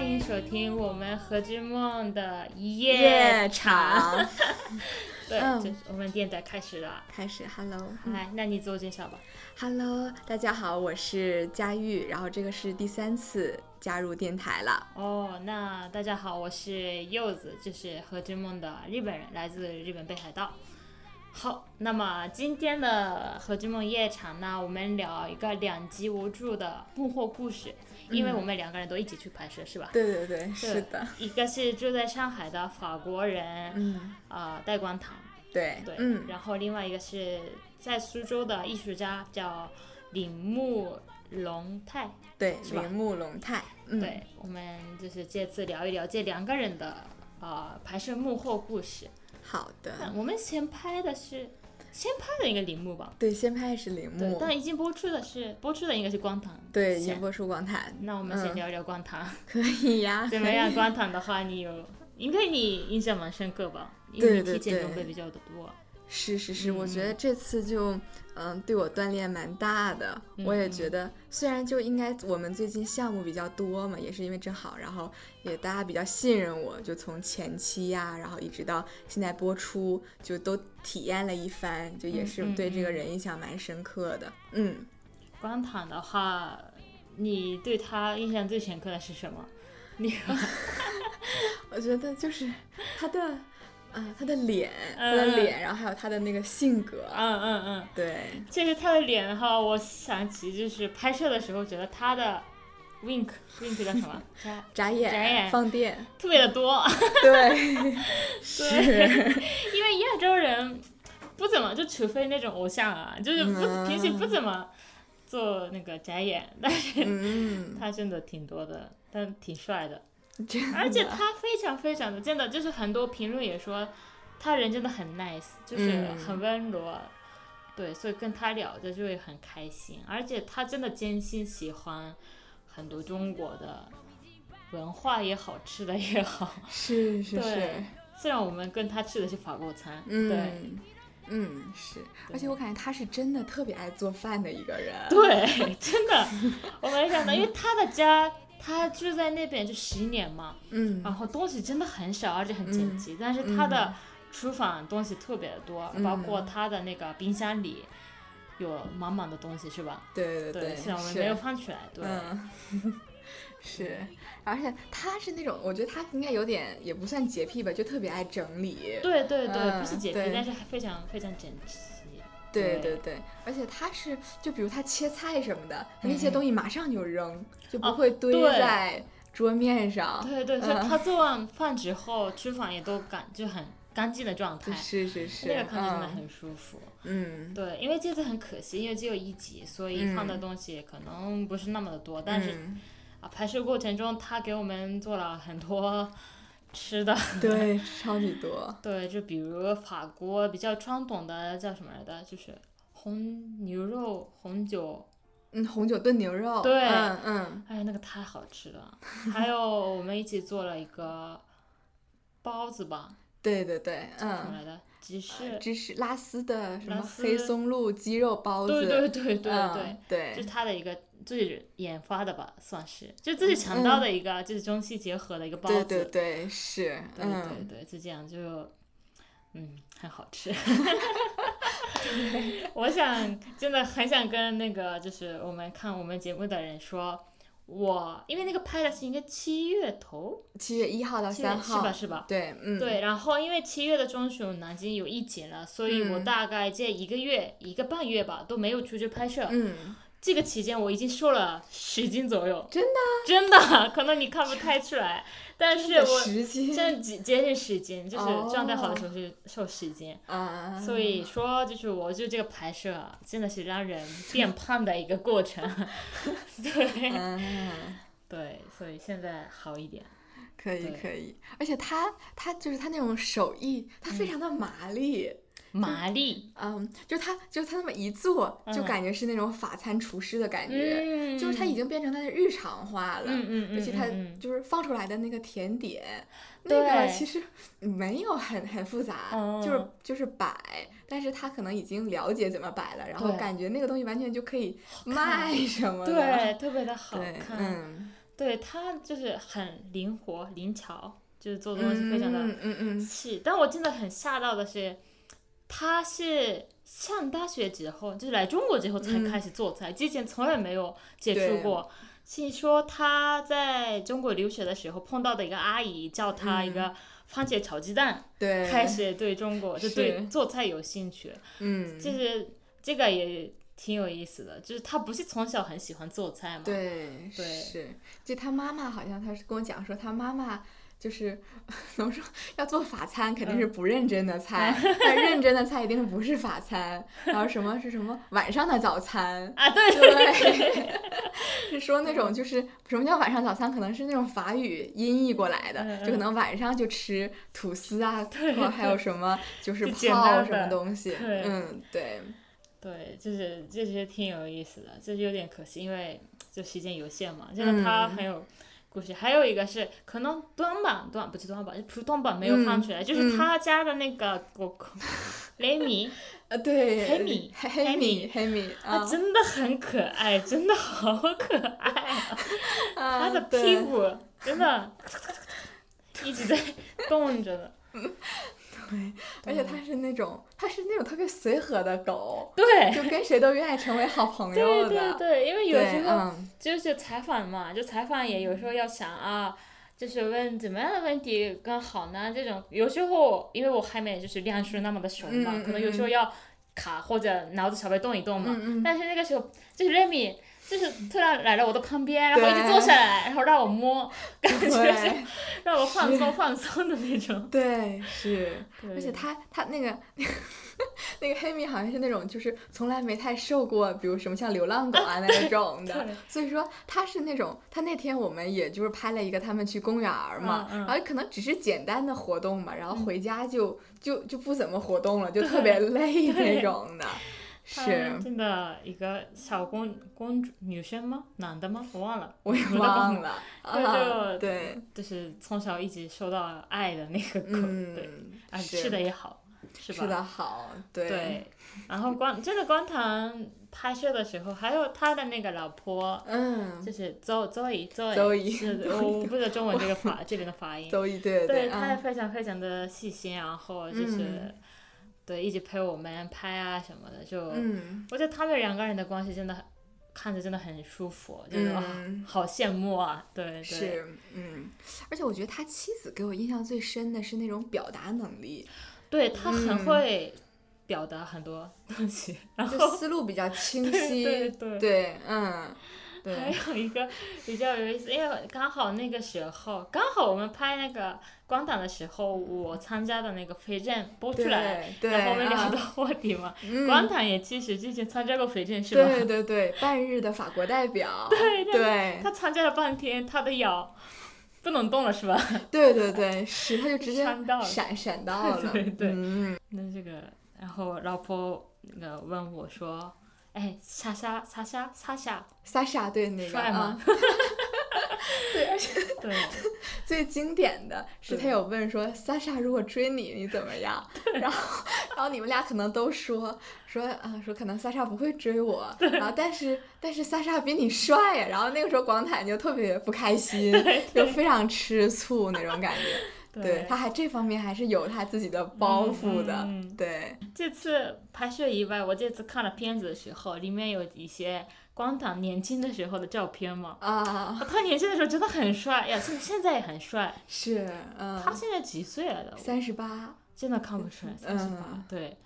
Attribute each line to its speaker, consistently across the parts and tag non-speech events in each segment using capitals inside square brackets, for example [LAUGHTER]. Speaker 1: 迎收听我们何之梦的
Speaker 2: 夜
Speaker 1: 夜场。
Speaker 2: 场
Speaker 1: [LAUGHS] 对，
Speaker 2: 嗯
Speaker 1: 这是我们电台开始了。哎
Speaker 2: 开始，Hello，Hello，
Speaker 1: 来，那你自我介绍吧。
Speaker 2: 大家好，我是佳玉，然后这个是第三次加入电台了，
Speaker 1: 哦，那大家好，我是柚子，这是何之梦的日本人，来自日本北海道。好，那么今天的何之梦夜场呢，我们聊一个两集无助的幕后故事，因为我们两个人都一起去拍摄，是吧？
Speaker 2: 嗯对对对，
Speaker 1: 对
Speaker 2: 是的，，
Speaker 1: 一个是住在上海的法国人，
Speaker 2: 嗯，
Speaker 1: 啊、戴光堂，
Speaker 2: 对，
Speaker 1: 对，
Speaker 2: 嗯，
Speaker 1: 然后另外一个是在苏州的艺术家叫铃木龙太，
Speaker 2: 对，
Speaker 1: 是吧
Speaker 2: 铃木龙太，嗯，
Speaker 1: 对我们就是这次聊一聊这两个人的呃拍摄幕后故事。
Speaker 2: 好的，
Speaker 1: 那我们先拍的是先拍的应该铃木吧，
Speaker 2: 对，先拍的是铃
Speaker 1: 对
Speaker 2: 木，，
Speaker 1: 但已经播出的是播出的应该是光堂，
Speaker 2: 嗯对，
Speaker 1: 先
Speaker 2: 演播出光坛，
Speaker 1: 那我们先
Speaker 2: 嗯
Speaker 1: 聊聊光堂，
Speaker 2: 可以
Speaker 1: [LAUGHS]
Speaker 2: 呀，
Speaker 1: 怎么
Speaker 2: 可以
Speaker 1: 样？光堂的话，你有应该你印象蛮深刻吧？因
Speaker 2: 对
Speaker 1: 为你
Speaker 2: 对
Speaker 1: 体检
Speaker 2: 对
Speaker 1: 准备比较的多，
Speaker 2: 是是是，
Speaker 1: 嗯
Speaker 2: 我觉得这次就嗯、对我锻炼蛮大的。
Speaker 1: 嗯
Speaker 2: 我也觉得，虽然就应该我们最近项目比较多嘛，也是因为正好，然后也大家比较信任我，就从前期呀、然后一直到现在播出，就都体验了一番，就也
Speaker 1: 嗯
Speaker 2: 是
Speaker 1: 嗯
Speaker 2: 对这个
Speaker 1: 嗯
Speaker 2: 人印象蛮深刻的。嗯，
Speaker 1: 光堂的话，你对他印象最深刻的是什么？嗯你
Speaker 2: 我觉得就是他的，啊、他的脸，他
Speaker 1: 嗯
Speaker 2: 的
Speaker 1: 嗯，
Speaker 2: 脸，然后还有他的那个性格
Speaker 1: 嗯嗯嗯，
Speaker 2: 对，
Speaker 1: 这个他的脸的话，我想起就是拍摄的时候，觉得他的 wink wink 叫什么？眨
Speaker 2: 眨眼，
Speaker 1: 眨眼
Speaker 2: 放电，
Speaker 1: 特别的多，
Speaker 2: 对，是。
Speaker 1: [LAUGHS] 因为亚洲人不怎么，就除非那种偶像啊，就是不、
Speaker 2: 嗯
Speaker 1: 平时不怎么做那个眨眼，但是
Speaker 2: 嗯，
Speaker 1: 他真的挺多的，但挺帅的，
Speaker 2: 真
Speaker 1: 而且
Speaker 2: 的
Speaker 1: 他非常非常的真的就是很多评论也说他人真的很 nice，就是
Speaker 2: 嗯
Speaker 1: 很温柔。对，所以跟他聊着就会很开心，而且他真的真心喜欢很多中国的文化也好，吃的也好。 [LAUGHS]
Speaker 2: 是是
Speaker 1: 对
Speaker 2: 是，
Speaker 1: 虽然我们跟他吃的是法国餐，对
Speaker 2: 嗯嗯是，而且我感觉他是真的特别爱做饭的一个人。
Speaker 1: 对，真的，我没想到，因为他的家他住在那边就十年嘛，
Speaker 2: 嗯
Speaker 1: 然后东西真的很少，而且很简洁，但是它的厨房东西特别的多，
Speaker 2: 嗯
Speaker 1: 包括它的那个冰箱里有满满的东西，是吧？
Speaker 2: 对对
Speaker 1: 虽然我们
Speaker 2: 是
Speaker 1: 没有放出来，对，
Speaker 2: 嗯。 [LAUGHS] 是，而且他是那种，我觉得他应该有点也不算洁癖吧，就特别爱整理。
Speaker 1: 对对对，
Speaker 2: 嗯
Speaker 1: 不是洁癖
Speaker 2: 对，
Speaker 1: 但是还非常非常整齐。
Speaker 2: 对
Speaker 1: 对
Speaker 2: 对对，而且他是就比如他切菜什么的，他那些东西马上就扔，就不会堆
Speaker 1: 嗯哦对
Speaker 2: 在桌面上。
Speaker 1: 对对，所
Speaker 2: 嗯
Speaker 1: 以他做完饭之后，厨房也都干就很干净的状态，
Speaker 2: 是是是，
Speaker 1: 那个看着真的
Speaker 2: 嗯
Speaker 1: 很舒服。
Speaker 2: 嗯，
Speaker 1: 对，因为这次很可惜，因为只有一集，所以放的
Speaker 2: 嗯
Speaker 1: 东西可能不是那么的多，但是
Speaker 2: 嗯
Speaker 1: 啊，拍摄过程中他给我们做了很多吃的， [LAUGHS]
Speaker 2: 对超级多。
Speaker 1: 对，就比如法国比较传统的叫什么来着，就是红牛肉、红酒，
Speaker 2: 嗯，红酒炖牛肉，
Speaker 1: 对
Speaker 2: 嗯嗯，
Speaker 1: 哎呀，那个太好吃了。还有我们一起做了一个包子吧，
Speaker 2: 对对对，
Speaker 1: 什么
Speaker 2: 嗯，
Speaker 1: 来着？芝士，
Speaker 2: 芝士拉丝的什
Speaker 1: 拉
Speaker 2: 么
Speaker 1: 丝
Speaker 2: 黑松露鸡肉包
Speaker 1: 对
Speaker 2: 子，
Speaker 1: 对对对对
Speaker 2: 嗯，
Speaker 1: 就是
Speaker 2: 对嗯
Speaker 1: 他的一个自己研发的吧，算是就自己想到的一个，就是中西结合的一个包
Speaker 2: 对
Speaker 1: 子。
Speaker 2: 对对是，
Speaker 1: 对对
Speaker 2: 嗯，
Speaker 1: 对，就这样就，嗯，很好
Speaker 2: [LAUGHS]
Speaker 1: 吃。 [LAUGHS] 我想真的很想跟那个就是我们看我们节目的人说，我因为那个拍的是应该七月头，
Speaker 2: 七月一号到
Speaker 1: 七月
Speaker 2: 三
Speaker 1: 是吧
Speaker 2: 号，
Speaker 1: 是吧？
Speaker 2: 对，嗯，
Speaker 1: 对，然后因为七月的中旬南京有疫情了，所以我
Speaker 2: 嗯
Speaker 1: 大概这一个月、一个半月吧都没有出去拍摄。
Speaker 2: 嗯，
Speaker 1: 这个期间我已经瘦了十斤左右，
Speaker 2: 真的
Speaker 1: 真的，可能你看不太出来，但是我
Speaker 2: 时机
Speaker 1: 真的接接近十斤，就是
Speaker 2: 哦
Speaker 1: 状态好的时候是瘦十斤。
Speaker 2: 啊，
Speaker 1: 所以说，就是我就这个拍摄啊真的是让人
Speaker 2: [LAUGHS]
Speaker 1: 变胖的一个过程， [LAUGHS] 对
Speaker 2: 嗯，
Speaker 1: 对，所以现在好一点，
Speaker 2: 可以
Speaker 1: 对
Speaker 2: 可以，而且他他就是他那种手艺，他
Speaker 1: 嗯
Speaker 2: 非常的麻利，
Speaker 1: 麻利，
Speaker 2: 嗯，就他就他那么一做，就
Speaker 1: 嗯
Speaker 2: 感觉是那种法餐厨师的感觉，
Speaker 1: 嗯，
Speaker 2: 就是他已经变成他的日常化了，
Speaker 1: 嗯，嗯嗯
Speaker 2: 而且它
Speaker 1: 嗯
Speaker 2: 就是放出来的那个甜点，那个
Speaker 1: 对
Speaker 2: 其实没有很很复杂，
Speaker 1: 嗯
Speaker 2: 就是就是摆，但是他可能已经了解怎么摆了，然后
Speaker 1: 对
Speaker 2: 感觉那个东西完全就可以卖什么
Speaker 1: 嗯
Speaker 2: 的，
Speaker 1: 对，特别的好
Speaker 2: 对，
Speaker 1: 看，
Speaker 2: 嗯，
Speaker 1: 对他就是很灵活灵巧，就是做东西非常的
Speaker 2: 嗯嗯嗯，
Speaker 1: 细。但我真的很吓到的是，他是上大学之后，就是来中国之后才
Speaker 2: 嗯
Speaker 1: 开始做菜，之前从来没有接触
Speaker 2: 对
Speaker 1: 过。听说他在中国留学的时候碰到的一个阿姨，教他一个番茄炒鸡蛋，
Speaker 2: 嗯对，
Speaker 1: 开始对中国就是对做菜有兴趣。
Speaker 2: 嗯，
Speaker 1: 就是这个也挺有意思的，就是他不是从小很喜欢做菜嘛？
Speaker 2: 对
Speaker 1: 对
Speaker 2: 是，就他妈妈好像他是跟我讲说，他妈妈就是 [LAUGHS] 怎么说，要做法餐肯
Speaker 1: 嗯
Speaker 2: 定是不认真的菜，
Speaker 1: [LAUGHS]。
Speaker 2: 但认真的菜一定是不是法餐，然后什么是什么晚上的早餐
Speaker 1: 啊，对
Speaker 2: 对， [LAUGHS] 是说那种就是什么叫晚上早餐，可能是那种法语音译过来
Speaker 1: 嗯
Speaker 2: 的，就可能晚上就吃吐司啊，然后还有
Speaker 1: [LAUGHS]
Speaker 2: 什么就是
Speaker 1: 就简
Speaker 2: 泡
Speaker 1: 单
Speaker 2: 什么
Speaker 1: 的
Speaker 2: 东西，
Speaker 1: 对
Speaker 2: 嗯，对，
Speaker 1: 对，就是这些挺有意思的，就是有点可惜，因为就时间有限嘛。真的，他很有故事。还有一个是可能短板，短不是短板，普通版没有放出来，就是他家的那个狗狗雷 [LAUGHS] 米，
Speaker 2: 呃，对，
Speaker 1: 黑米
Speaker 2: 黑
Speaker 1: 黑
Speaker 2: 黑米
Speaker 1: 米，
Speaker 2: 黑米啊
Speaker 1: 它，真的很可爱，真的好可爱啊！它
Speaker 2: 他
Speaker 1: 的屁股真 [LAUGHS] 的一直在动着的，
Speaker 2: 而且
Speaker 1: 嗯
Speaker 2: 它是那种，它是那种特别随和的狗，
Speaker 1: 对。
Speaker 2: 就跟谁都愿意成为好朋
Speaker 1: 对
Speaker 2: 友
Speaker 1: 对
Speaker 2: 的。
Speaker 1: 对，因为有时候
Speaker 2: 嗯，
Speaker 1: 就是采访嘛，就采访也有时候要想啊，就是问怎么样的问题更好呢？这种有时候因为我还没就是练出那么的熟嘛，
Speaker 2: 嗯嗯
Speaker 1: 可能有时候要卡或者脑子稍微动一动嘛。
Speaker 2: 嗯嗯
Speaker 1: 但是那个时候就是 Remy 就是突然来到我的旁边，然后
Speaker 2: 对
Speaker 1: 一直坐下来，然后让我摸，感觉是
Speaker 2: 对
Speaker 1: 让我放松放松的那种。
Speaker 2: 对 [LAUGHS] 是，而
Speaker 1: 对
Speaker 2: 且它它那个 [LAUGHS] 那个黑米好像是那种就是从来没太受过，比如什么像流浪狗啊那种的
Speaker 1: 对，
Speaker 2: 所以说它是那种，它那天我们也就是拍了一个他们去公园儿嘛，
Speaker 1: 嗯嗯嗯
Speaker 2: 然后可能只是简单的活动嘛，然后回家就、就就不怎么活动了，就特别累那
Speaker 1: 对嗯
Speaker 2: 种的，
Speaker 1: 她
Speaker 2: 是。
Speaker 1: 真的一个小公公主女生吗？男的吗？我忘了。
Speaker 2: 我也
Speaker 1: 不知道
Speaker 2: 忘 [LAUGHS] 了，啊，
Speaker 1: 就
Speaker 2: 对，
Speaker 1: 就是从小一直受到爱的那个狗，对，
Speaker 2: 嗯，
Speaker 1: 啊，
Speaker 2: 是
Speaker 1: 吃的也好，是吧？
Speaker 2: 吃的好，对，
Speaker 1: 对。然后光这个光堂拍摄的时候，还有他的那个老婆，
Speaker 2: 嗯，
Speaker 1: 就是周周怡，周怡，
Speaker 2: Zoe
Speaker 1: 是的我我不知道中文这个发这边的发音，
Speaker 2: [LAUGHS] 周易，对
Speaker 1: 对，他也
Speaker 2: 啊，
Speaker 1: 非常非常的细心，然后就是、
Speaker 2: 嗯
Speaker 1: 对一直陪我们拍啊什么的，就、
Speaker 2: 嗯，
Speaker 1: 我觉得他们两个人的关系真的很看着真的很舒服，就是、
Speaker 2: 嗯
Speaker 1: 啊好羡慕啊，对对，
Speaker 2: 是，嗯，而且我觉得他妻子给我印象最深的是那种表达能力，
Speaker 1: 对他
Speaker 2: 嗯
Speaker 1: 很会表达很多东西，然
Speaker 2: 就
Speaker 1: 后
Speaker 2: 思路比较清
Speaker 1: [LAUGHS]
Speaker 2: 晰，
Speaker 1: 对对对
Speaker 2: 对，嗯，
Speaker 1: 还
Speaker 2: 对，
Speaker 1: 有一个比较有意思，因为刚好那个时候，刚好我们拍那个光档的时候，我参加的那个肥政播出来，
Speaker 2: 对，对，
Speaker 1: 然后我们聊
Speaker 2: 啊
Speaker 1: 到卧底嘛，
Speaker 2: 嗯
Speaker 1: 光档也其实之前参加过肥政是
Speaker 2: 对
Speaker 1: 吧？
Speaker 2: 对对，半日的法国代表，
Speaker 1: [LAUGHS] 对对
Speaker 2: 对
Speaker 1: 他参加了半天，他的腰不能动了是吧？ [LAUGHS]
Speaker 2: 对对对，是，他就直接
Speaker 1: 闪到了
Speaker 2: 闪闪到了，
Speaker 1: 对对
Speaker 2: 嗯，
Speaker 1: 那这个，然后老婆那个问我说：“哎，莎莎，莎莎，莎莎，
Speaker 2: 莎莎对那个
Speaker 1: 帅吗
Speaker 2: 啊，
Speaker 1: 对。”
Speaker 2: 最经典的是他
Speaker 1: 对
Speaker 2: 有问说萨莎如果追你你怎么样？ [LAUGHS] 然后然后你们俩可能都说说啊、说可能萨莎不会追我，然后但是但是萨莎比你帅呀。然后那个时候广坦就特别不开心，就非常吃醋那种感觉。对，他还这方面还是有他自己的包袱的。
Speaker 1: 嗯嗯嗯
Speaker 2: 对，
Speaker 1: 这次拍摄以外，我这次看了片子的时候，里面有一些光堂年轻的时候的照片
Speaker 2: [LAUGHS]
Speaker 1: 嘛。
Speaker 2: 啊
Speaker 1: 啊他年轻的时候真的很帅哎呀，现现在也很帅。
Speaker 2: 是
Speaker 1: 他
Speaker 2: 嗯，
Speaker 1: 现在几岁来的？
Speaker 2: 三十八，
Speaker 1: 真的看不出来，三十八
Speaker 2: 嗯。
Speaker 1: 对，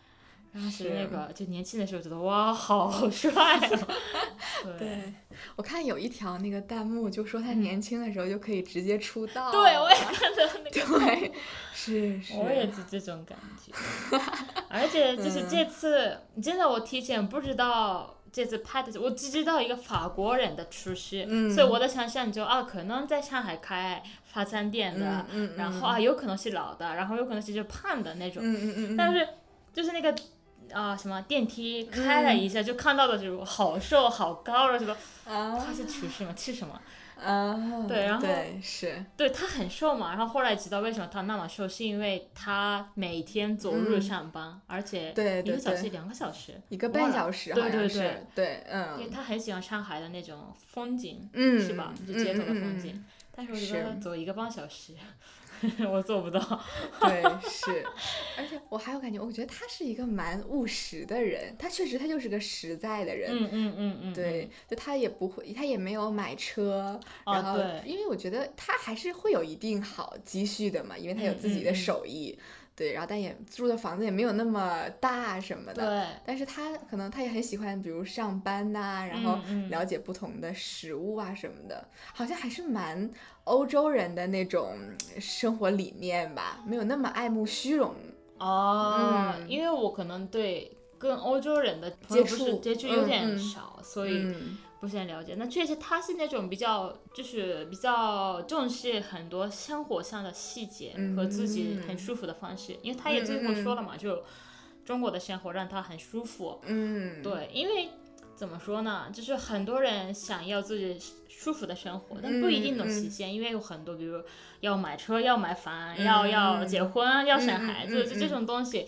Speaker 1: 当时
Speaker 2: 是
Speaker 1: 那个就年轻的时候觉得哇，好
Speaker 2: [LAUGHS]
Speaker 1: 帅、啊。对，嗯
Speaker 2: 对我看有一条那个弹幕就说他年轻的时候就可以直接出道了，
Speaker 1: 对我也看到
Speaker 2: [LAUGHS]
Speaker 1: 那个。
Speaker 2: 对，是是，
Speaker 1: 我也是这种感
Speaker 2: [LAUGHS]
Speaker 1: 觉，而且就是
Speaker 2: 嗯
Speaker 1: 这次，真的我提前不知道这次拍的，我只知道一个法国人的厨师，
Speaker 2: 嗯
Speaker 1: 所以我的想象就啊，可能在上海开法餐店的，
Speaker 2: 嗯嗯嗯
Speaker 1: 然后啊，有可能是老的，然后有可能是就胖的那种，
Speaker 2: 嗯嗯嗯嗯，
Speaker 1: 但是就是那个。啊，什么电梯
Speaker 2: 嗯
Speaker 1: 开了一下，就看到的就是好瘦好高了，这个
Speaker 2: 啊
Speaker 1: 他是厨师吗？吃什么？
Speaker 2: 啊，
Speaker 1: 对然后
Speaker 2: 对是，
Speaker 1: 对他很瘦嘛，然后后来知道为什么他那么瘦，是因为他每天走路上班，而且
Speaker 2: 嗯对
Speaker 1: 一
Speaker 2: 对
Speaker 1: 个小时
Speaker 2: 对
Speaker 1: 两个小时，
Speaker 2: 一个
Speaker 1: 忘
Speaker 2: 半
Speaker 1: 了
Speaker 2: 小时
Speaker 1: 对
Speaker 2: 好像
Speaker 1: 对
Speaker 2: 是，
Speaker 1: 对
Speaker 2: 对
Speaker 1: 因为
Speaker 2: 嗯
Speaker 1: 他很喜欢上海的那种风景，
Speaker 2: 嗯，
Speaker 1: 是吧？就街头的
Speaker 2: 嗯
Speaker 1: 风。
Speaker 2: 嗯嗯
Speaker 1: 景。但是我觉得
Speaker 2: 是
Speaker 1: 走一个半小时， [LAUGHS] 我做不到。
Speaker 2: 对，
Speaker 1: [LAUGHS]
Speaker 2: 是，而且我还有感觉，我觉得他是一个蛮务实的人，他确实他就是个实在的人，
Speaker 1: 嗯嗯嗯嗯，
Speaker 2: 对，就他也不会，他也没有买车，
Speaker 1: 哦
Speaker 2: 然后、
Speaker 1: 对
Speaker 2: 因为我觉得他还是会有一定好积蓄的嘛，因为他有
Speaker 1: 嗯
Speaker 2: 自己
Speaker 1: 嗯
Speaker 2: 的
Speaker 1: 嗯
Speaker 2: 手艺，对，然后但也住的房子也没有那么大什么的，
Speaker 1: 对，
Speaker 2: 但是他可能他也很喜欢，比如上班呐、然后
Speaker 1: 嗯嗯
Speaker 2: 了解不同的食物啊什么的，好像还是蛮欧洲人的那种嗯生活理念吧，没有那么爱慕虚荣。
Speaker 1: 哦，
Speaker 2: 嗯
Speaker 1: 因为我可能对跟欧洲人的朋友不
Speaker 2: 接触
Speaker 1: 是接触有
Speaker 2: 嗯
Speaker 1: 点
Speaker 2: 嗯
Speaker 1: 少，所以
Speaker 2: 嗯，
Speaker 1: 不是很了解。那确实他是那种比较就是比较重视很多生活上的细节和自己很
Speaker 2: 嗯
Speaker 1: 舒服的方式，因为他也最后说了嘛，就中国的生活让他很舒服。
Speaker 2: 嗯，
Speaker 1: 对，因为怎么说呢，就是很多人想要自己舒服的生活，但不一
Speaker 2: 嗯
Speaker 1: 定能实现，因为有很多，比如要买车、要买房、要要结婚、要生孩子，
Speaker 2: 嗯嗯嗯
Speaker 1: 就这种东西。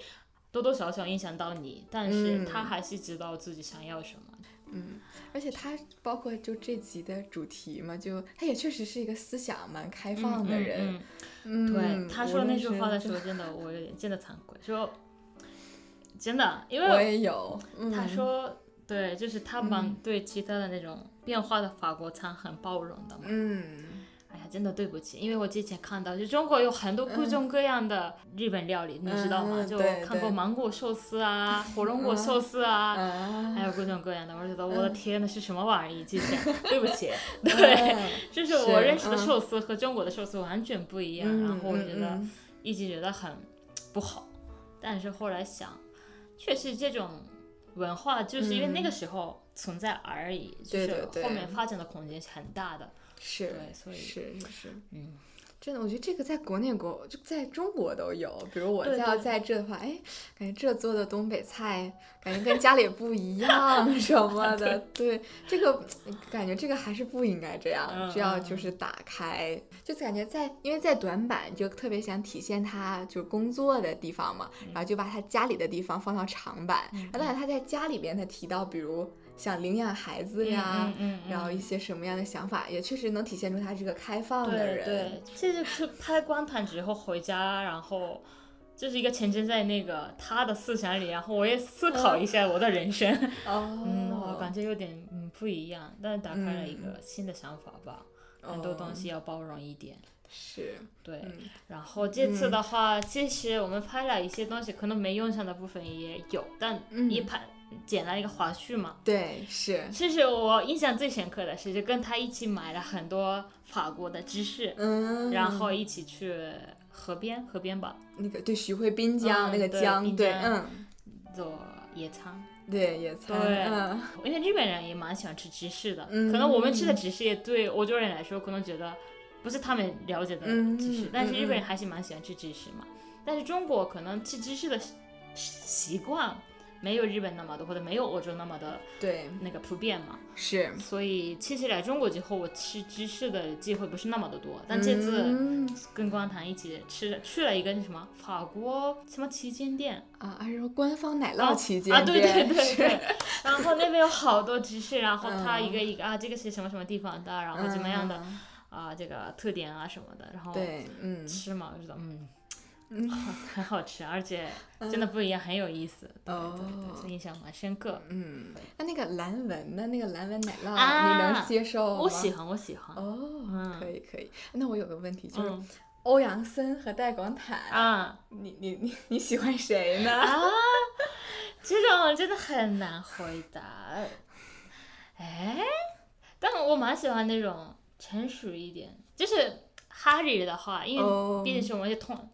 Speaker 1: 多多少少影响到你，但是
Speaker 2: 嗯
Speaker 1: 他还是知道自己想要什么。
Speaker 2: 而且他包括就这集的主题嘛，就他也确实是一个思想蛮开放的人。
Speaker 1: 嗯嗯
Speaker 2: 嗯，
Speaker 1: 对他
Speaker 2: 无
Speaker 1: 说那
Speaker 2: 论
Speaker 1: 句
Speaker 2: 是
Speaker 1: 话的时候，真的我有点真的惭愧，就真的，因
Speaker 2: 我
Speaker 1: 为
Speaker 2: 也有。嗯、
Speaker 1: 他说，对，就是他们对其他的那种变化的法国餐很包容的嘛。
Speaker 2: 嗯，
Speaker 1: 哎呀，真的对不起，因为我之前看到，就中国有很多各种各样的日本料理，你知道吗？
Speaker 2: 嗯
Speaker 1: 就
Speaker 2: 对
Speaker 1: 看过
Speaker 2: 对嗯
Speaker 1: 芒果寿司啊，火龙果寿司啊，
Speaker 2: 啊，
Speaker 1: 还有各种各样的。我觉得我
Speaker 2: 嗯
Speaker 1: 的天呐，是什么玩意儿？之前
Speaker 2: [LAUGHS]
Speaker 1: 对不起，对，
Speaker 2: 对，
Speaker 1: 就是我
Speaker 2: 嗯是
Speaker 1: 认识的
Speaker 2: 嗯
Speaker 1: 寿司和中国的寿司完全不一样，
Speaker 2: 嗯
Speaker 1: 然后我
Speaker 2: 嗯
Speaker 1: 觉得
Speaker 2: 嗯
Speaker 1: 一直觉得很不好，但是后来想，确实这种文化就是因为那个时候存在而已，
Speaker 2: 嗯对对
Speaker 1: 就是
Speaker 2: 对
Speaker 1: 后面发展的空间是很大的，
Speaker 2: 是
Speaker 1: 对所以
Speaker 2: 是是是，
Speaker 1: 嗯。
Speaker 2: 真的，我觉得这个在国内国就在中国都有，比如我
Speaker 1: 对
Speaker 2: 在要
Speaker 1: 对
Speaker 2: 在这的话，哎，感觉这做的东北菜，感觉跟家里不
Speaker 1: [LAUGHS]
Speaker 2: 一样什么的，对这个感觉这个还是不应该这样，
Speaker 1: 嗯
Speaker 2: 只要
Speaker 1: 嗯
Speaker 2: 就是打开，就感觉在因为在短板就特别想体现他就是工作的地方嘛，
Speaker 1: 嗯
Speaker 2: 然后就把他家里的地方放到长板，然后当然他在家里边他提到比如想领养孩子
Speaker 1: 嗯
Speaker 2: 呀，
Speaker 1: 嗯嗯嗯
Speaker 2: 然后一些什么样的想法，也确实能体现出他是个开放的
Speaker 1: 对
Speaker 2: 人。
Speaker 1: 对，这就是拍光盘之后回家，然后就是一个沉浸在那个他的思想里，然后我也思考一下我的人生，
Speaker 2: 嗯哦，嗯
Speaker 1: 嗯，我感觉有点嗯不一样，但打开了一个新的想法吧。很多东西要包容一点，
Speaker 2: 哦是，
Speaker 1: 对。
Speaker 2: 嗯
Speaker 1: 然后这次的话，其实我们拍了一些东西，可能没用上的部分也有，但
Speaker 2: 嗯
Speaker 1: 一拍剪了一个花絮嘛。
Speaker 2: 对，是，
Speaker 1: 其实我印象最深刻的是，就跟他一起买了很多法国的芝士，
Speaker 2: 嗯，
Speaker 1: 然后一起去河边，河边吧，
Speaker 2: 那个对徐汇滨江、
Speaker 1: 嗯
Speaker 2: 那个
Speaker 1: 对
Speaker 2: 江，
Speaker 1: 滨
Speaker 2: 对，
Speaker 1: 江
Speaker 2: 嗯，
Speaker 1: 做野餐。
Speaker 2: 对，野餐，
Speaker 1: 对
Speaker 2: 嗯，
Speaker 1: 因为日本人也蛮喜欢吃芝士的，
Speaker 2: 嗯
Speaker 1: 可能我们吃的芝士也对欧洲人来说，可能觉得不是他们了解的
Speaker 2: 嗯
Speaker 1: 芝士，
Speaker 2: 嗯
Speaker 1: 但是日本人还是蛮喜欢吃芝士嘛。但是中国可能吃芝士的习习惯没有日本那么多，或者没有欧洲那么的
Speaker 2: 对，
Speaker 1: 那个普遍嘛。
Speaker 2: 是，
Speaker 1: 所以其实来中国之后，我吃芝士的机会不是那么的多，但这次。
Speaker 2: 嗯
Speaker 1: 跟光堂一起吃去了一个那什么法国什么旗舰店
Speaker 2: 啊，还是说官方奶酪期间
Speaker 1: 啊，对对对
Speaker 2: 是
Speaker 1: 对， [LAUGHS] 然后那边有好多芝士，然后它
Speaker 2: 嗯
Speaker 1: 一个一个、啊，这个是什么什么地方的，然后怎么样的、
Speaker 2: 嗯
Speaker 1: 啊，这个特点啊什么的，然后
Speaker 2: 对，嗯，
Speaker 1: 吃嘛，我就觉得嗯。
Speaker 2: 嗯
Speaker 1: [LAUGHS] 很好吃，而且真的不一样，很有意思。对对对，
Speaker 2: 哦
Speaker 1: 所以印象蛮深刻。
Speaker 2: 嗯，那那个蓝纹的那个蓝纹奶酪，你
Speaker 1: 啊
Speaker 2: 能接受吗？
Speaker 1: 我喜欢，我喜欢。
Speaker 2: 哦
Speaker 1: 嗯，
Speaker 2: 可以可以。那我有个问题，就是
Speaker 1: 嗯
Speaker 2: 欧阳森和戴广坦，
Speaker 1: 啊
Speaker 2: 你你你 [LAUGHS] 你喜欢谁呢？
Speaker 1: 啊，这种真的很难回答。哎，但我蛮喜欢那种成熟一点，就是哈利的话，因为
Speaker 2: 哦
Speaker 1: 毕竟是我们是同，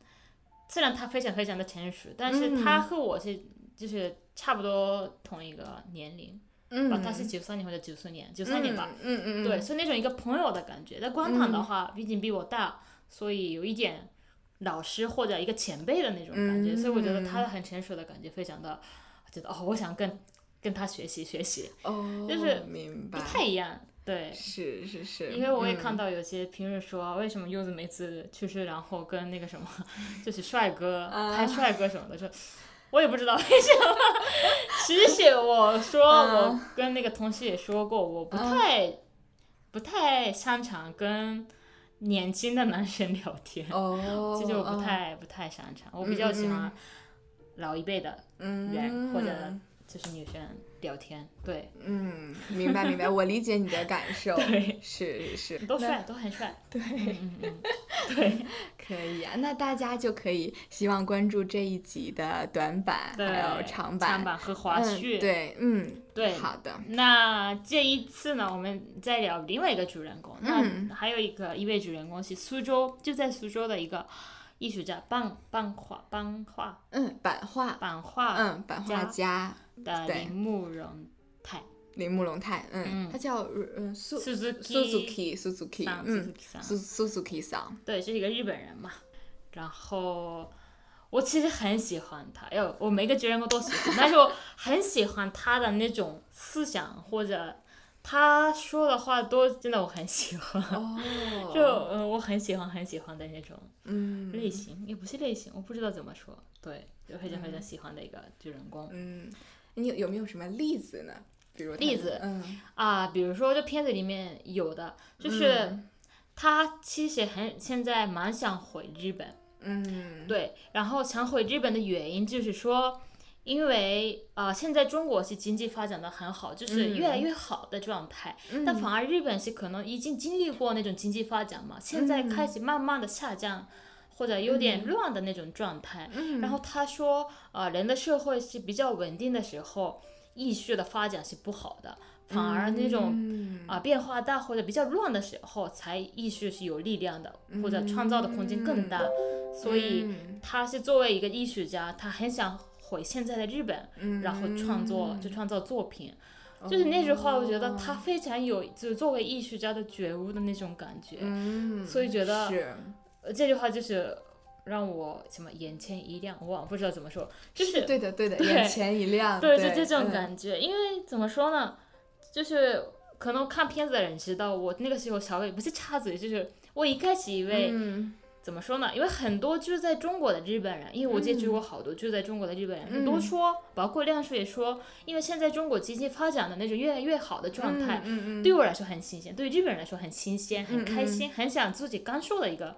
Speaker 1: 虽然他非常非常的成熟，但是
Speaker 2: 嗯
Speaker 1: 他和我是就是差不多同一个年龄
Speaker 2: 嗯
Speaker 1: 吧，他是九三年或者九四年，九三年吧，，
Speaker 2: 嗯嗯嗯，
Speaker 1: 对，是那种一个朋友的感觉。但光堂的
Speaker 2: 嗯
Speaker 1: 话，毕竟比我大，所以有一点老师或者一个前辈的那种感
Speaker 2: 嗯
Speaker 1: 觉，所以我觉得他很成熟的感觉，非常的觉得哦，我想跟跟他学习学习，
Speaker 2: 哦，
Speaker 1: 就是
Speaker 2: 明
Speaker 1: 不
Speaker 2: 白，
Speaker 1: 太一样。对，
Speaker 2: 是是是，
Speaker 1: 因为我也
Speaker 2: 嗯
Speaker 1: 看到有些评论说，为什么柚子每次去世，然后跟那个什么，就是帅哥
Speaker 2: 啊
Speaker 1: 拍帅哥什么的，说我也不知道为什么。其实我说，
Speaker 2: 啊
Speaker 1: 我跟那个同事也说过，我不太不太擅长跟年轻的男生聊天，
Speaker 2: 哦，
Speaker 1: 这就
Speaker 2: 哦
Speaker 1: 不太不太擅长。我
Speaker 2: 嗯
Speaker 1: 比较喜
Speaker 2: 嗯
Speaker 1: 欢老一辈的人
Speaker 2: 嗯
Speaker 1: 或者就是女生聊天，对
Speaker 2: 嗯，明白明白，我理解你的感
Speaker 1: [LAUGHS]
Speaker 2: 受，
Speaker 1: 对，
Speaker 2: 是是，
Speaker 1: 都
Speaker 2: 那
Speaker 1: 帅，都很帅，
Speaker 2: 对，
Speaker 1: 嗯嗯嗯，对。
Speaker 2: 可以啊，那大家就可以希望关注这一集的短版
Speaker 1: 对，
Speaker 2: 还有
Speaker 1: 长
Speaker 2: 长版，
Speaker 1: 和滑
Speaker 2: 嗯，
Speaker 1: 絮。
Speaker 2: 对，嗯，
Speaker 1: 对
Speaker 2: 好的，
Speaker 1: 那这一次呢，我们再聊另外一个主人公。
Speaker 2: 嗯
Speaker 1: 那还有一个一位主人公是苏州，就在苏州的一个艺术家，版版画版画
Speaker 2: 嗯，版画，
Speaker 1: 版画
Speaker 2: 嗯，版
Speaker 1: 家
Speaker 2: 画家
Speaker 1: 的
Speaker 2: 对
Speaker 1: 铃木荣太
Speaker 2: 铃木龙太，嗯，
Speaker 1: 嗯
Speaker 2: 他叫嗯苏
Speaker 1: Suzuki
Speaker 2: Suzuki Suzuki，
Speaker 1: 桑
Speaker 2: 嗯
Speaker 1: Suzuki 桑，
Speaker 2: ，Su Suzuki 桑，
Speaker 1: 对，是一个日本人嘛。然后我其实很喜欢他，哎呦，我每个主人公都喜欢，但是我很喜欢他的那种思想或者他说的话都真的我很喜欢。
Speaker 2: 哦
Speaker 1: 就嗯、呃我很喜欢很喜欢的那种
Speaker 2: 嗯
Speaker 1: 类型，也不是类型，我不知道怎么说，对，就非常非常喜欢的一个主人公
Speaker 2: 嗯，你有有没有什么例子呢？比如他
Speaker 1: 例
Speaker 2: 的
Speaker 1: 子
Speaker 2: 嗯
Speaker 1: 啊。比如说，这片子里面有的就是
Speaker 2: 嗯
Speaker 1: 他其实很现在蛮想回日本，
Speaker 2: 嗯，
Speaker 1: 对，然后想回日本的原因就是说。因为呃，现在中国是经济发展的很好，就是越来越好的状态，
Speaker 2: 嗯
Speaker 1: 但反而日本是可能已经经历过那种经济发展嘛，现在开
Speaker 2: 嗯
Speaker 1: 始慢慢的下降，或者有点乱的那种状态。
Speaker 2: 嗯
Speaker 1: 然后他说，呃，人的社会是比较稳定的时候，艺术的发展是不好的，反而那种
Speaker 2: 嗯
Speaker 1: 啊、变化大或者比较乱的时候，才艺术是有力量的，或者创造的空间更大。所以
Speaker 2: 嗯
Speaker 1: 他是作为一个艺术家，他很想回现在的日本，
Speaker 2: 嗯
Speaker 1: 然后创作就创造作品。
Speaker 2: 哦
Speaker 1: 就是那句话，我觉得他非常有，就是作为艺术家的觉悟的那种感觉。
Speaker 2: 嗯，
Speaker 1: 所以觉得
Speaker 2: 是
Speaker 1: 呃这句话就是让我什么眼前一亮，我忘了不知道怎么
Speaker 2: [LAUGHS]
Speaker 1: 说，就是
Speaker 2: 对的对的，
Speaker 1: 对
Speaker 2: 眼前一亮，
Speaker 1: 对，
Speaker 2: 对
Speaker 1: 就这种
Speaker 2: 嗯
Speaker 1: 感觉。因为怎么说呢，就是可能看片子的人知道，我那个时候稍微不是插嘴，就是我一开始以为、
Speaker 2: 嗯
Speaker 1: 怎么说呢？因为很多住在中国的日本人，因为我接触过好多住在中国的日本人，
Speaker 2: 嗯
Speaker 1: 都说，包括亮叔也说，因为现在中国经济发展的那种越来越好的状态，
Speaker 2: 嗯嗯
Speaker 1: 对我来说很新鲜，对于日本人来说很新鲜，很开心，很想自己感受的一个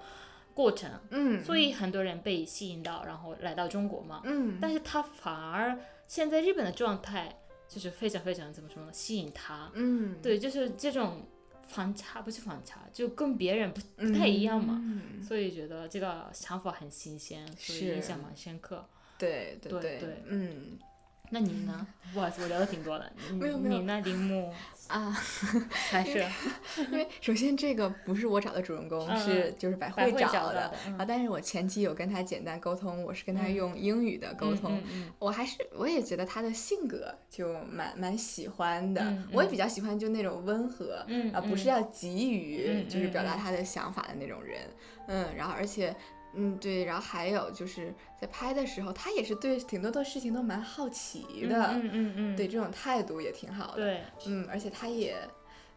Speaker 1: 过程。
Speaker 2: 嗯
Speaker 1: 所以很多人被吸引到，然后来到中国嘛。
Speaker 2: 嗯
Speaker 1: 但是他反而现在日本的状态就是非常非常怎么说呢？吸引他，
Speaker 2: 嗯
Speaker 1: 对，就是这种反差，不是反差，就跟别人不不太一样嘛。
Speaker 2: 嗯
Speaker 1: 所以觉得这个想法很新鲜，所以
Speaker 2: 是
Speaker 1: 印象蛮深刻。
Speaker 2: 对
Speaker 1: 对
Speaker 2: 对
Speaker 1: 对
Speaker 2: 嗯
Speaker 1: 那你呢？不好意思，我聊的挺多的。你
Speaker 2: 没有没有
Speaker 1: 你那铃木
Speaker 2: 啊，
Speaker 1: 还是
Speaker 2: 因为首先这个不是我找的主人公，
Speaker 1: 嗯
Speaker 2: 是就是百
Speaker 1: 百
Speaker 2: 惠
Speaker 1: 惠
Speaker 2: 找
Speaker 1: 找到的嗯
Speaker 2: 啊，但是我前期有跟他简单沟通，我是跟他
Speaker 1: 嗯
Speaker 2: 用英语的沟通
Speaker 1: 嗯，嗯
Speaker 2: 我还是我也觉得他的性格就蛮蛮喜欢的，
Speaker 1: 嗯
Speaker 2: 我也比较喜欢就那种温和，
Speaker 1: 嗯
Speaker 2: 啊，不是
Speaker 1: 嗯
Speaker 2: 要急于、
Speaker 1: 嗯
Speaker 2: 就是表达
Speaker 1: 嗯嗯
Speaker 2: 他的想法的那种人，嗯，然后而且。嗯，对，然后还有就是在拍的时候，他也是对挺多的事情都蛮好奇
Speaker 1: 嗯
Speaker 2: 的，
Speaker 1: 嗯嗯嗯，
Speaker 2: 对这种态度也挺好的。
Speaker 1: 对，
Speaker 2: 嗯，而且他也，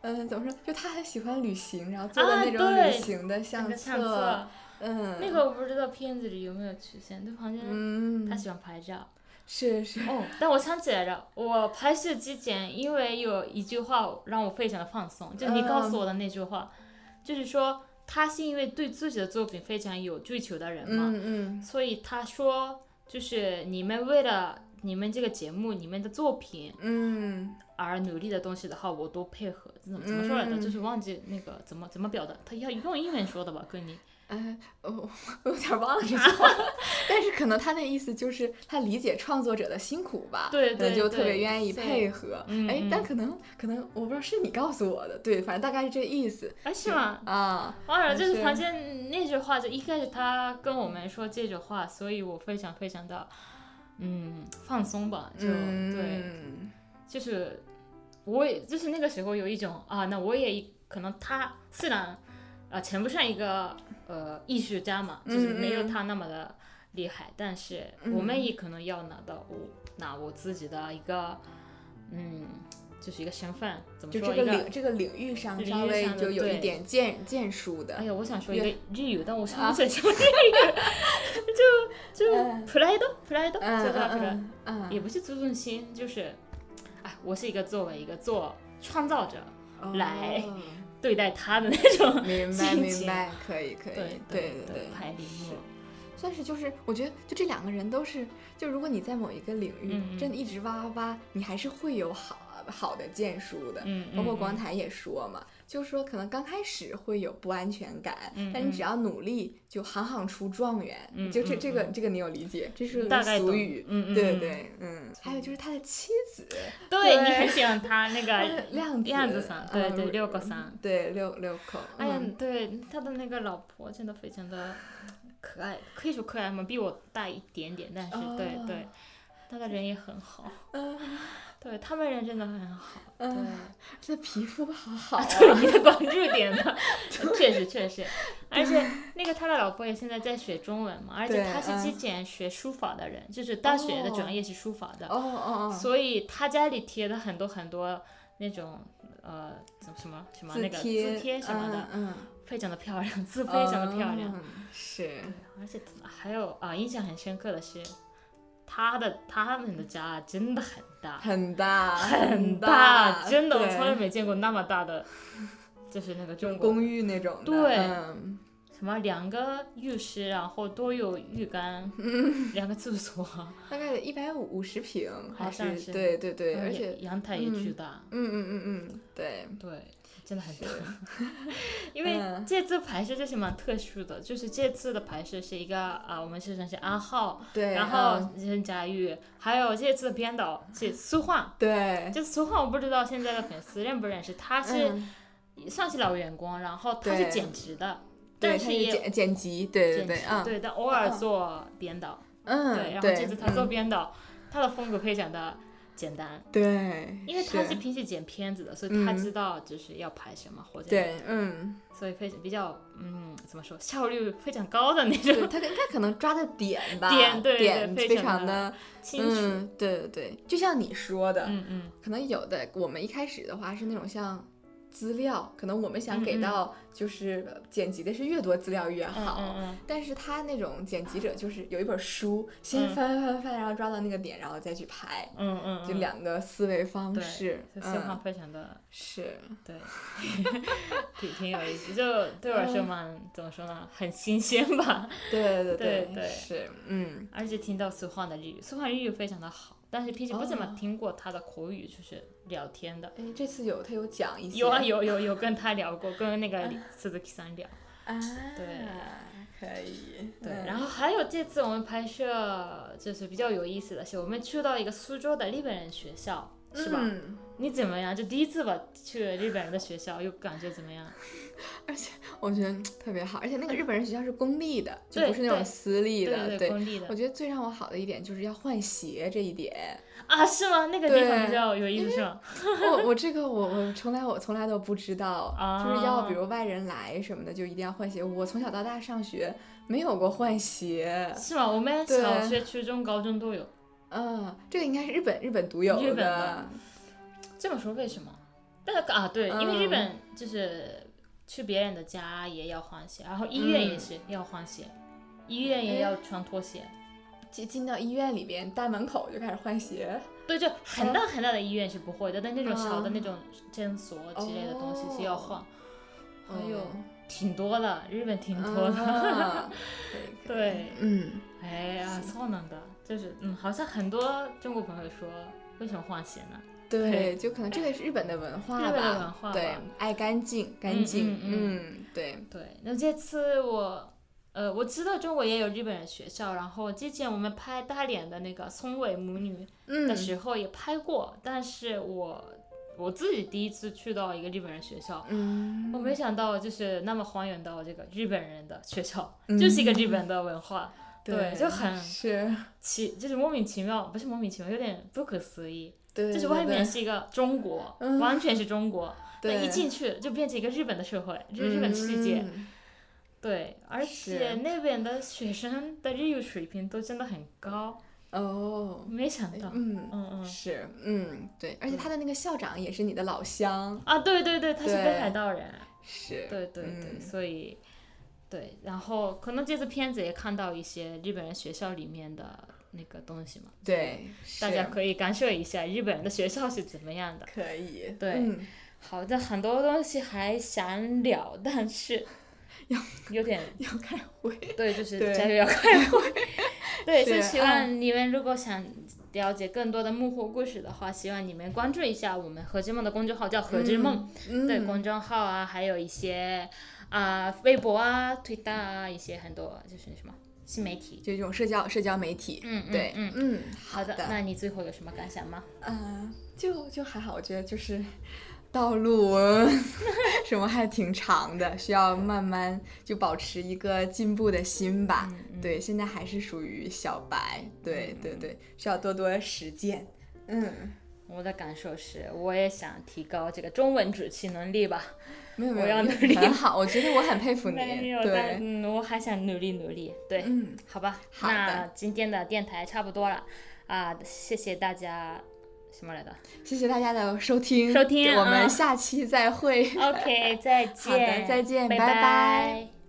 Speaker 2: 嗯，怎么说？就他很喜欢旅行，然后做的
Speaker 1: 啊
Speaker 2: 那种
Speaker 1: 对
Speaker 2: 旅行的相
Speaker 1: 那个
Speaker 2: 册，
Speaker 1: 相册，
Speaker 2: 嗯，
Speaker 1: 那个我不知道片子里有没有出现，对，好像
Speaker 2: 嗯
Speaker 1: 他，喜欢拍照。
Speaker 2: 是是，
Speaker 1: 哦，但我想起来了，我拍摄之前，因为有一句话让我非常的放松，就你告诉我的那句话，就是说他是因为对自己的作品非常有追求的人嘛，
Speaker 2: 嗯嗯
Speaker 1: 所以他说，就是你们为了你们这个节目、你们的作品
Speaker 2: 嗯，
Speaker 1: 而努力的东西的话，我都配合。怎么怎么说来着？
Speaker 2: 嗯
Speaker 1: 就是忘记那个怎么怎么表达，他要用英文说的吧？跟你
Speaker 2: 哎，哦， [LAUGHS] 我有点忘了这句话， [LAUGHS] 但是可能他那意思就是他理解创作者的辛苦吧，
Speaker 1: 对
Speaker 2: 可
Speaker 1: 对
Speaker 2: 能就特别
Speaker 1: 对
Speaker 2: 愿意
Speaker 1: 对
Speaker 2: 配合。
Speaker 1: 嗯
Speaker 2: 哎，但
Speaker 1: 嗯
Speaker 2: 可能可能我不知道是你告诉我的，对，反正大概是这意思
Speaker 1: 哎是吗？
Speaker 2: 啊。
Speaker 1: 忘了，就是
Speaker 2: 是
Speaker 1: 反正那句话，就一开始他跟我们说这句话，所以我非常非常的，嗯，放松吧，就、对，
Speaker 2: 嗯，
Speaker 1: 就是我也就是那个时候有一种啊，那我也可能他虽然呃称不上一个呃艺术家嘛，就是没有
Speaker 2: 嗯嗯
Speaker 1: 他那么的厉害，但是我们也可能要拿到我拿我自己的一个嗯就是一个身份，怎么
Speaker 2: 就
Speaker 1: 说
Speaker 2: 这
Speaker 1: 一
Speaker 2: 领这个领域上
Speaker 1: 领
Speaker 2: 稍
Speaker 1: 域
Speaker 2: 微
Speaker 1: 上的
Speaker 2: 就有一
Speaker 1: 对
Speaker 2: 点建建树的
Speaker 1: 哎。呀，我想说一个
Speaker 2: 原
Speaker 1: 日语，但我
Speaker 2: 啊
Speaker 1: 想不起来什么日语，就就
Speaker 2: 嗯 [LAUGHS]
Speaker 1: pride，pride，
Speaker 2: 嗯
Speaker 1: 叫
Speaker 2: 嗯
Speaker 1: 啥 pride？
Speaker 2: 嗯嗯
Speaker 1: 也不是自尊心，就是，哎，我是一个作为一个做创造者
Speaker 2: 哦
Speaker 1: 嗯来对待他的那 [LAUGHS] 种，
Speaker 2: 明白
Speaker 1: 心
Speaker 2: 明
Speaker 1: 情
Speaker 2: 白，可以可以，
Speaker 1: 对
Speaker 2: 对
Speaker 1: 对，排比目，
Speaker 2: 算是就是，我觉得就这两个人都是，就如果你在某一个领域、
Speaker 1: 嗯嗯
Speaker 2: 真的一直挖挖挖，你还是会有好好的建树的。
Speaker 1: 嗯，
Speaker 2: 包括
Speaker 1: 嗯
Speaker 2: 广，台也说嘛，就是说可能刚开始会有不安全感，
Speaker 1: 嗯
Speaker 2: 但你
Speaker 1: 嗯
Speaker 2: 只要努力，就行行出状元。
Speaker 1: 嗯
Speaker 2: 就这
Speaker 1: 嗯
Speaker 2: 这个、
Speaker 1: 嗯
Speaker 2: 这个你有理解，这是
Speaker 1: 嗯大概
Speaker 2: 个俗
Speaker 1: 懂
Speaker 2: 语。
Speaker 1: 嗯嗯，
Speaker 2: 对
Speaker 1: 嗯，
Speaker 2: 对，嗯，还有就是他的妻子，
Speaker 1: 对
Speaker 2: 对
Speaker 1: 你很喜欢他那
Speaker 2: 他
Speaker 1: 个
Speaker 2: [LAUGHS] 的亮子，
Speaker 1: 样嗯子上，对
Speaker 2: 嗯
Speaker 1: 对，六个三，
Speaker 2: 对六六口，
Speaker 1: 哎呀
Speaker 2: 嗯，
Speaker 1: 对他的那个老婆真的非常的可爱，可以说可爱吗？比我大一点点，但是对
Speaker 2: 哦
Speaker 1: 对，他的人也很好，
Speaker 2: 嗯
Speaker 1: 对他们人真的很好，对
Speaker 2: 嗯，。这皮肤好好啊，
Speaker 1: 对，月光日点
Speaker 2: [LAUGHS]
Speaker 1: 的，确实确实，而且那个他的老婆也现在在学中文嘛，而且
Speaker 2: 对
Speaker 1: 他是
Speaker 2: 嗯
Speaker 1: 之前学书法的人，就是大学的专业是书法的，
Speaker 2: [LAUGHS] 哦哦哦，
Speaker 1: 所以他家里贴的很多很多那种呃怎么什么什么那个字贴什么的，
Speaker 2: 嗯，嗯
Speaker 1: 非常的漂亮，字非常的漂亮，
Speaker 2: 嗯，是
Speaker 1: 对，而且还有啊、印象很深刻的是，他的他们的家真的很大，
Speaker 2: 很大
Speaker 1: 很
Speaker 2: 大，
Speaker 1: 真的，我
Speaker 2: 对
Speaker 1: 从来没见过那么大的，就是那个中国
Speaker 2: 公寓那种的，
Speaker 1: 对
Speaker 2: 嗯
Speaker 1: 什么两个浴室，然后都有浴缸，
Speaker 2: 嗯
Speaker 1: 两个厕所，
Speaker 2: 大概一百五十平，
Speaker 1: 好像是
Speaker 2: 对对
Speaker 1: [LAUGHS]
Speaker 2: 对，
Speaker 1: 嗯
Speaker 2: 而
Speaker 1: 也
Speaker 2: 且，
Speaker 1: 阳台也巨大，
Speaker 2: 嗯嗯嗯嗯，对，
Speaker 1: 对，真的很
Speaker 2: [LAUGHS]
Speaker 1: 大。因为
Speaker 2: 嗯
Speaker 1: 这次拍摄就是蛮特殊的，就是这次的拍摄是一个啊、我们摄像师阿浩，
Speaker 2: 对，
Speaker 1: 然
Speaker 2: 嗯
Speaker 1: 后任佳玉，还有这次的编导是苏焕。
Speaker 2: 对，
Speaker 1: 就是苏焕，我不知道现在的粉丝认不认识，他是
Speaker 2: 嗯
Speaker 1: 算是老员工，然后他是
Speaker 2: 对
Speaker 1: 剪辑的，
Speaker 2: 对，
Speaker 1: 但
Speaker 2: 他
Speaker 1: 是
Speaker 2: 是
Speaker 1: 也
Speaker 2: 剪剪辑，对对
Speaker 1: 剪
Speaker 2: 对，
Speaker 1: 辑
Speaker 2: 啊，
Speaker 1: 对，但偶尔做编导。对，
Speaker 2: 嗯
Speaker 1: 然后这次他做
Speaker 2: 嗯
Speaker 1: 编导，他的风格非常的简单，
Speaker 2: 对，
Speaker 1: 因为他
Speaker 2: 是
Speaker 1: 是平时剪片子的，所以他
Speaker 2: 嗯
Speaker 1: 知道就是要拍什么或者，
Speaker 2: 对，嗯，
Speaker 1: 所以非常比较嗯怎么说效率非常高的那
Speaker 2: 对
Speaker 1: [LAUGHS] 种
Speaker 2: 他他可能抓的点吧，
Speaker 1: 点对对
Speaker 2: 点
Speaker 1: 非
Speaker 2: 非
Speaker 1: 常
Speaker 2: 常
Speaker 1: 的
Speaker 2: 的，
Speaker 1: 清楚，
Speaker 2: 嗯，对对对，就像你说的，
Speaker 1: 嗯嗯
Speaker 2: 可能有的我们一开始的话是那种像资料，可能我们想给
Speaker 1: 嗯嗯
Speaker 2: 到就是呃剪辑的是越多资料越
Speaker 1: 嗯
Speaker 2: 好。
Speaker 1: 嗯
Speaker 2: 但是他那种剪辑者就是有一本书，先
Speaker 1: 嗯
Speaker 2: 翻翻翻，然后抓到那个点，然后再去拍，
Speaker 1: 嗯嗯，
Speaker 2: 就两个思维方
Speaker 1: 对
Speaker 2: 式。
Speaker 1: 就苏
Speaker 2: 嗯
Speaker 1: 焕，非常的
Speaker 2: 是，
Speaker 1: 对， [LAUGHS] 挺挺有意思，就对我来
Speaker 2: 嗯
Speaker 1: 说蛮怎么说呢，很新鲜吧， [LAUGHS]
Speaker 2: 对对
Speaker 1: 对对
Speaker 2: 是，嗯，
Speaker 1: 而且听到苏焕的日语，苏焕日语非常的好，但是平时不怎么
Speaker 2: 哦
Speaker 1: 听过他的口语，就是聊天的。
Speaker 2: 哎，这次有他有讲一些，
Speaker 1: 有啊有有有跟他聊过，跟那
Speaker 2: [LAUGHS]
Speaker 1: 个鈴木さん聊。
Speaker 2: 啊，
Speaker 1: 对，
Speaker 2: 可以，
Speaker 1: 对，
Speaker 2: 嗯
Speaker 1: 然后还有这次我们拍摄就是比较有意思的是，我们去到一个苏州的日本人学校，是吧？
Speaker 2: 嗯
Speaker 1: 你怎么样？就第一次吧，去日本人的学校，又感觉怎么样？
Speaker 2: 我觉得特别好，而且那个日本人学校是公立的，就
Speaker 1: 对
Speaker 2: 不是那种
Speaker 1: 对
Speaker 2: 私立的，
Speaker 1: 对
Speaker 2: 对
Speaker 1: 公立的
Speaker 2: 我觉得最让我好的一点就是要换鞋这一点，
Speaker 1: 啊，是吗？那个地
Speaker 2: 对
Speaker 1: 方比较有意思，是吗？
Speaker 2: 我我这个我我从来我从来都不知道，就是要
Speaker 1: [LAUGHS] 啊
Speaker 2: 比如外人来什么的就一定要换鞋。我从小到大上学没有过换鞋，
Speaker 1: 是吗？我们
Speaker 2: 对
Speaker 1: 小学、初中、高中都有。
Speaker 2: 嗯，这个应该是日本日本独有
Speaker 1: 日本
Speaker 2: 的
Speaker 1: 的，这么说为什么？但是啊，对，因为
Speaker 2: 嗯
Speaker 1: 日本就是去别人的家也要换鞋，然后医院
Speaker 2: 嗯
Speaker 1: 也是要换鞋，医院也要穿拖鞋。
Speaker 2: 进进到医院里边大门口就开始换鞋，
Speaker 1: 对，就很大很大的医院是不会的，但那种小的
Speaker 2: 嗯哦
Speaker 1: 那种诊所之类的东西是要换，还有
Speaker 2: 嗯
Speaker 1: 挺多的，日本哎挺多的。
Speaker 2: 啊可以可以
Speaker 1: [LAUGHS] 对，
Speaker 2: [LAUGHS] 嗯，
Speaker 1: 哎呀，そうなんだ，就是嗯，好像很多中国朋友说，为什么换鞋呢？
Speaker 2: 对，
Speaker 1: 对
Speaker 2: 就可能这个是日本的文化吧，
Speaker 1: 日本的文化
Speaker 2: 对
Speaker 1: 吧，
Speaker 2: 爱干净干
Speaker 1: 嗯
Speaker 2: 净，
Speaker 1: 嗯嗯
Speaker 2: 对，
Speaker 1: 对，那这次我，呃，我知道中国也有日本人学校，然后之前我们拍大连的那个松尾母女
Speaker 2: 嗯
Speaker 1: 的时候也拍过，但是我我自己第一次去到一个日本人学校，
Speaker 2: 嗯，
Speaker 1: 我没想到就是那么还原到这个日本人的学校，
Speaker 2: 嗯
Speaker 1: 就是一个日本的文
Speaker 2: [LAUGHS]
Speaker 1: 化，对就很
Speaker 2: 是，
Speaker 1: 奇就是莫名其妙，不是莫名其妙，有点不可思议，
Speaker 2: 对，
Speaker 1: 就是
Speaker 2: 对
Speaker 1: 外面
Speaker 2: 对
Speaker 1: 是一个中国，
Speaker 2: 嗯
Speaker 1: 完全是中
Speaker 2: [LAUGHS]
Speaker 1: 国，
Speaker 2: 对
Speaker 1: 但一进去就变成一个日本的社会，日日本世界。
Speaker 2: 嗯
Speaker 1: 对，而
Speaker 2: 是
Speaker 1: 且那边的学生的日语水平都真的很高，
Speaker 2: 哦，
Speaker 1: 没想到，
Speaker 2: 嗯，
Speaker 1: 嗯嗯，
Speaker 2: 是，嗯，对，而且他的那个校长也是你的老乡，
Speaker 1: 啊，对对对，他是
Speaker 2: 对
Speaker 1: 北海道人，
Speaker 2: 是，
Speaker 1: 对对对，
Speaker 2: 嗯
Speaker 1: 所以对，然后可能这次片子也看到一些日本人学校里面的那个东西嘛，
Speaker 2: 对，
Speaker 1: 大
Speaker 2: 是
Speaker 1: 家可以感受一下日本人的学校是怎么样的。
Speaker 2: 可以，
Speaker 1: 对
Speaker 2: 嗯
Speaker 1: 好的，很多东西还想聊，但是有点
Speaker 2: 要开会，
Speaker 1: 对，啊就是
Speaker 2: 对
Speaker 1: 加油要开会。 [LAUGHS] 对，
Speaker 2: 是
Speaker 1: 就希望你们如果想了解更多的幕后故事的话，希望你们关注一下我们何之梦的公众号，叫何之梦，
Speaker 2: 嗯，
Speaker 1: 对，公众号啊，还有一些啊、微博啊、推特啊，一些很多就是什么新媒体。
Speaker 2: 就这种社交社交媒体，
Speaker 1: 嗯嗯
Speaker 2: 对，
Speaker 1: 嗯
Speaker 2: 嗯，
Speaker 1: 好的，那你最后有什么感想吗？
Speaker 2: 嗯，就就还好，我觉得就是道路 [LAUGHS] 什么还挺长的，需要慢慢就保持一个进步的心吧。
Speaker 1: 嗯
Speaker 2: 对，现在还是属于小白，对
Speaker 1: 嗯
Speaker 2: 对对，需要多多实践。嗯，
Speaker 1: 我的感受是，我也想提高这个中文主持能力吧。
Speaker 2: 没有没
Speaker 1: 我
Speaker 2: 有，
Speaker 1: 要
Speaker 2: 你
Speaker 1: 努力
Speaker 2: 很好，我觉得我
Speaker 1: [LAUGHS]
Speaker 2: 很佩服你。
Speaker 1: 没有，但
Speaker 2: 对，
Speaker 1: 嗯，我还想努力努力。对，
Speaker 2: 嗯，
Speaker 1: 好吧，
Speaker 2: 好的
Speaker 1: 那今天的电台差不多了啊，谢谢大家什么来 [LAUGHS] 的
Speaker 2: 谢谢大家的收听，
Speaker 1: 收听
Speaker 2: 我们
Speaker 1: 啊
Speaker 2: 下期再会。
Speaker 1: ？OK，再见，
Speaker 2: 好的再见
Speaker 1: 拜
Speaker 2: 拜拜